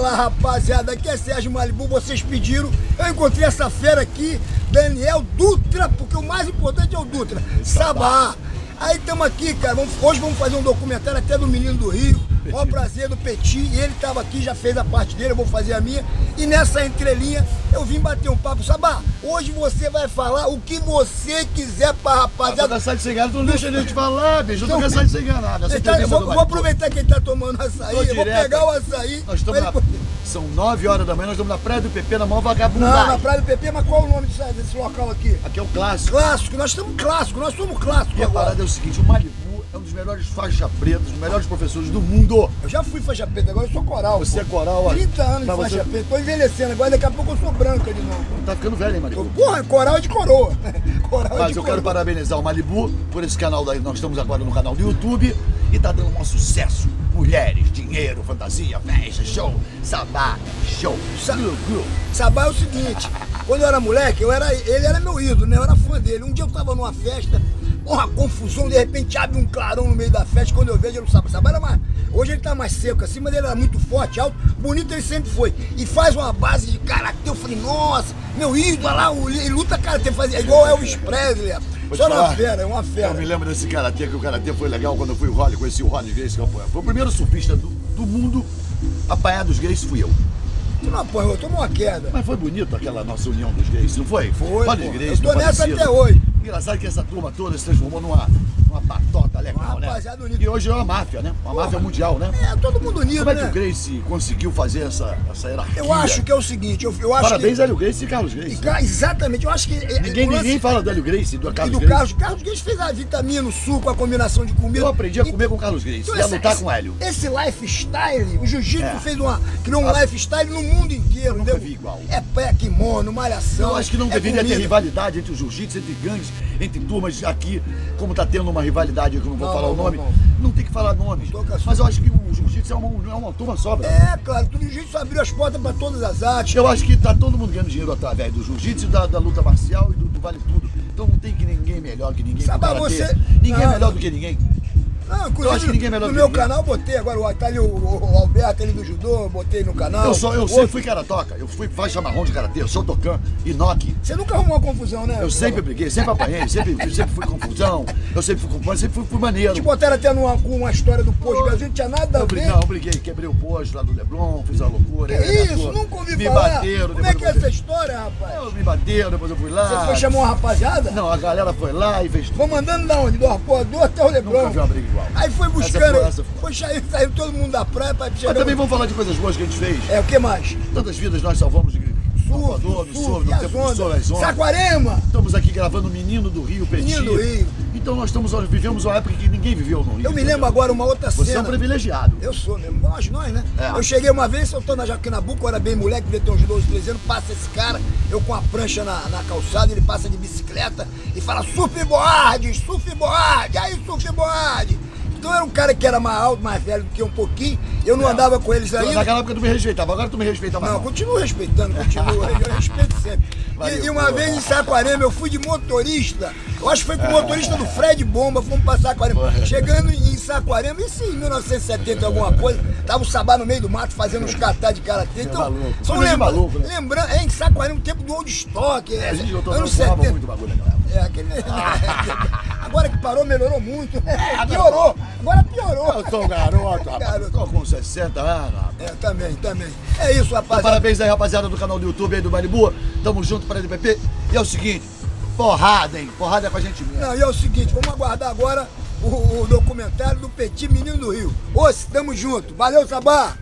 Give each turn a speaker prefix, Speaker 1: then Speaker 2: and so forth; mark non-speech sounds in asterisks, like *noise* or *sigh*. Speaker 1: Olá rapaziada, aqui é Sérgio Malibu, vocês pediram, eu encontrei essa fera aqui, Daniel Dutra, porque o mais importante é o Dutra, Sabá. Aí estamos aqui, cara, vamos- hoje vamos fazer um documentário até do Menino do Rio, o prazer do Petit, e ele estava aqui, já fez a parte dele, eu vou fazer a minha, e nessa entrelinha eu vim bater um papo, Sabá, hoje você vai falar o que você quiser pra
Speaker 2: Tá
Speaker 1: rapaziada.
Speaker 2: cansado de ser enganado, tu não deixa a gente falar, bicho. Eu tô cansado de ser enganado. Essa
Speaker 1: Ele tá- eu
Speaker 2: entrevista
Speaker 1: vou,
Speaker 2: do
Speaker 1: vou
Speaker 2: Bate-
Speaker 1: aproveitar que ele tá tomando açaí,
Speaker 2: Tô
Speaker 1: eu vou
Speaker 2: direto.
Speaker 1: pegar o açaí.
Speaker 2: Nós estamos
Speaker 1: pra
Speaker 2: na...
Speaker 1: ele-
Speaker 2: São 9 horas da manhã, nós estamos na Praia do PP, na maior vagabundagem.
Speaker 1: Não, na Praia do PP, mas qual é o nome dessa- desse local aqui?
Speaker 2: Aqui é o clássico.
Speaker 1: Clássico, nós estamos clássico, nós somos clássico
Speaker 2: E a
Speaker 1: agora.
Speaker 2: parada é o seguinte, o Malibu é um dos melhores faixa preta, dos melhores professores do mundo.
Speaker 1: Eu já fui faixa preta, agora eu sou coral.
Speaker 2: Você é coral, ó.
Speaker 1: 30 anos de
Speaker 2: Mas
Speaker 1: faixa
Speaker 2: você-
Speaker 1: preta, tô envelhecendo, agora daqui a pouco eu sou branca de novo.
Speaker 2: Tá ficando velho, hein,
Speaker 1: Eu-
Speaker 2: Malibu?
Speaker 1: Porra, coral é de coroa. *laughs* Coral é
Speaker 2: Mas
Speaker 1: de
Speaker 2: eu
Speaker 1: coroa.
Speaker 2: quero parabenizar o Malibu por esse canal daí. Nós estamos agora no canal do YouTube e tá dando um maior sucesso. Mulheres, dinheiro, fantasia, festa, show, sabá, show.
Speaker 1: Sa-
Speaker 2: Glu-glu.
Speaker 1: Sabá é o seguinte, quando eu era moleque, eu era, ele era meu ídolo, né? Eu era fã dele. Um dia eu tava numa festa, uma confusão, de repente abre um clarão no meio da festa, quando eu vejo ele sabe. Sabá era mais. Hoje ele tá mais seco assim, mas ele era muito forte, alto, bonito ele sempre foi. E faz uma base de karatê, eu falei, nossa, meu ídolo, olha lá, o- ele luta karatê, faz, é igual Elvis Presley.
Speaker 2: Vou
Speaker 1: Só
Speaker 2: te
Speaker 1: uma
Speaker 2: falar.
Speaker 1: fera, é uma
Speaker 2: Eu me
Speaker 1: fera.
Speaker 2: lembro desse karatê, que o karatê foi legal quando eu fui o Holly, conheci o Holly Grace, que foi foi o primeiro surfista do, do mundo a apanhar dos gays, fui eu.
Speaker 1: Tu não apanhou, tomou uma queda.
Speaker 2: Mas foi bonito aquela nossa união dos gays, não foi?
Speaker 1: Foi,
Speaker 2: Holly
Speaker 1: pô.
Speaker 2: Grace,
Speaker 1: Eu tô
Speaker 2: meu
Speaker 1: nessa
Speaker 2: parceiro.
Speaker 1: até hoje.
Speaker 2: Engraçado que essa turma toda se transformou numa, numa patota legal,
Speaker 1: Uma
Speaker 2: né?
Speaker 1: rapaziada unida.
Speaker 2: E hoje é uma máfia, né? Uma máfia mundial, né?
Speaker 1: É, todo mundo unido,
Speaker 2: Como é que
Speaker 1: né?
Speaker 2: o Grace conseguiu fazer essa, essa hierarquia?
Speaker 1: Eu acho que é o seguinte, eu, eu acho
Speaker 2: Parabéns,
Speaker 1: que...
Speaker 2: Hélio Grace e Carlos Grace.
Speaker 1: Cara, Exatamente, eu acho que... é- é-
Speaker 2: Ninguém,
Speaker 1: o lance-
Speaker 2: ninguém fala do Hélio Grace, do
Speaker 1: E
Speaker 2: Carlos
Speaker 1: do
Speaker 2: Grace.
Speaker 1: Carlos, Carlos Guedes fez a vitamina, o suco, a combinação de comida.
Speaker 2: Eu aprendi a
Speaker 1: E-
Speaker 2: comer com o Carlos Grace
Speaker 1: então
Speaker 2: e a
Speaker 1: essa-
Speaker 2: lutar
Speaker 1: esse-
Speaker 2: com o Hélio.
Speaker 1: Esse lifestyle, o jiu-jitsu
Speaker 2: É.
Speaker 1: fez uma, criou um
Speaker 2: Ah.
Speaker 1: lifestyle no mundo inteiro.
Speaker 2: nunca
Speaker 1: entendeu?
Speaker 2: vi igual.
Speaker 1: É pé, kimono, malhação.
Speaker 2: Eu acho que não
Speaker 1: é
Speaker 2: deveria
Speaker 1: comida.
Speaker 2: ter rivalidade entre os jiu-jitsu, entre gangues, entre turmas aqui, como está tendo uma rivalidade, que eu não vou
Speaker 1: Não,
Speaker 2: falar
Speaker 1: não,
Speaker 2: o
Speaker 1: não,
Speaker 2: nome. Não,
Speaker 1: não.
Speaker 2: tem que falar nomes.
Speaker 1: Não tô com a
Speaker 2: Mas eu acho que o jiu-jitsu é uma, é uma turma só, velho.
Speaker 1: É, claro, o jiu-jitsu abriu as portas para todas as artes.
Speaker 2: Eu acho que tá todo mundo ganhando dinheiro através do jiu-jitsu, da, da luta marcial e do, do vale tudo. Então não tem que ninguém melhor que ninguém.
Speaker 1: Sabe,
Speaker 2: do karatê.
Speaker 1: você- Ah.
Speaker 2: Ninguém é
Speaker 1: Não.
Speaker 2: melhor do que ninguém.
Speaker 1: Não, Ah, inclusive,
Speaker 2: Eu acho que ninguém é melhor
Speaker 1: no
Speaker 2: que
Speaker 1: meu
Speaker 2: ninguém.
Speaker 1: canal eu botei agora o, tá ali o, o- o Alberto ali do judô, eu botei no canal.
Speaker 2: eu só, eu
Speaker 1: O
Speaker 2: sempre
Speaker 1: outro-
Speaker 2: fui caratoca, eu fui faixa marrom de karatê, eu sou tocan, inoki.
Speaker 1: Você nunca arrumou uma confusão, né?
Speaker 2: Eu sempre briguei, sempre apanhei, sempre, sempre fui confusão, eu sempre fui confusão, sempre fui, fui maneiro.
Speaker 1: Te botaram até numa, com uma história do posto, mas a gente tinha nada a
Speaker 2: Eu brin-
Speaker 1: ver.
Speaker 2: Não, eu briguei, quebrei o poste lá do Leblon, fiz a loucura.
Speaker 1: Que
Speaker 2: era da
Speaker 1: isso?
Speaker 2: tua.
Speaker 1: Nunca ouvi
Speaker 2: me
Speaker 1: falar.
Speaker 2: Bateram,
Speaker 1: Como é que é
Speaker 2: depois Ah.
Speaker 1: essa
Speaker 2: eu
Speaker 1: história, rapaz?
Speaker 2: fui- Eu me bateram, depois eu fui lá.
Speaker 1: Você foi chamar uma rapaziada?
Speaker 2: Não, a galera foi lá e fez tudo.
Speaker 1: Foi mandando da onde? Do arpoador até o
Speaker 2: Nunca vi uma
Speaker 1: Leblon.
Speaker 2: briga igual.
Speaker 1: Aí foi
Speaker 2: Essa
Speaker 1: buscando,
Speaker 2: foi- essa foi.
Speaker 1: foi saindo, saindo todo mundo da praia pra chegar.
Speaker 2: Mas também vamos falar de coisas boas que a gente fez.
Speaker 1: É, o que mais?
Speaker 2: Tantas vidas nós salvamos de Salvador,
Speaker 1: Surf,
Speaker 2: do Sorvo, do
Speaker 1: surf,
Speaker 2: tempo do
Speaker 1: as
Speaker 2: Sol,
Speaker 1: ondas.
Speaker 2: as ondas.
Speaker 1: Saquarema!
Speaker 2: Estamos aqui gravando Menino do Rio, Petit.
Speaker 1: Menino do Rio.
Speaker 2: Então nós estamos, nós vivemos uma época que ninguém viveu no Rio.
Speaker 1: Eu me lembro agora uma outra
Speaker 2: Você é um
Speaker 1: cena.
Speaker 2: privilegiado.
Speaker 1: Eu sou mesmo, nós, nós, né?
Speaker 2: É.
Speaker 1: Eu cheguei uma vez, eu tô na Jaquinabuco, eu era bem moleque, devia ter uns 12, 13 anos, passa esse cara, eu com a prancha na, na calçada, ele passa de bicicleta e fala, surf board, surf board, aí surf board. Então era um cara que era mais alto, mais velho do que eu um pouquinho, eu não andava com eles
Speaker 2: Eu-
Speaker 1: ainda.
Speaker 2: Naquela época É. tu me respeitava, agora tu me respeita mais.
Speaker 1: Não,
Speaker 2: não.
Speaker 1: continuo respeitando, continuo, eu respeito sempre. E-
Speaker 2: *laughs* Valeu,
Speaker 1: e, uma
Speaker 2: boa.
Speaker 1: vez em Saquarema, eu fui de motorista, eu acho que foi com o motorista do Fred Bomba, fomos pra Saquarema. Chegando em Saquarema, isso em 1970 alguma coisa, tava o Sabá no meio do mato fazendo uns catar de karatê. Então,
Speaker 2: é maluco.
Speaker 1: só
Speaker 2: Coisa de
Speaker 1: lembra,
Speaker 2: maluco, né?
Speaker 1: lembrando, é em Saquarema, o tempo do old stock, é,
Speaker 2: A gente eu tô
Speaker 1: anos
Speaker 2: eu tomava
Speaker 1: 70.
Speaker 2: muito bagulho naquela época.
Speaker 1: É, aquele...
Speaker 2: *laughs*
Speaker 1: *laughs* Agora que parou, melhorou muito. *laughs* Piorou. Agora piorou.
Speaker 2: Eu sou um garoto, rapaz.
Speaker 1: Garoto.
Speaker 2: Eu tô com 60 anos, rapaz.
Speaker 1: É, também, também. É isso,
Speaker 2: Então,
Speaker 1: rapaziada.
Speaker 2: parabéns aí, rapaziada do canal do YouTube aí do Malibu. Tamo junto para a DPP. E é o seguinte, porrada, hein? Porrada é com a gente mesmo.
Speaker 1: Não, e é o seguinte, vamos aguardar agora o, o documentário do Petit Menino do Rio. Ô, tamo junto. Valeu, Sabá!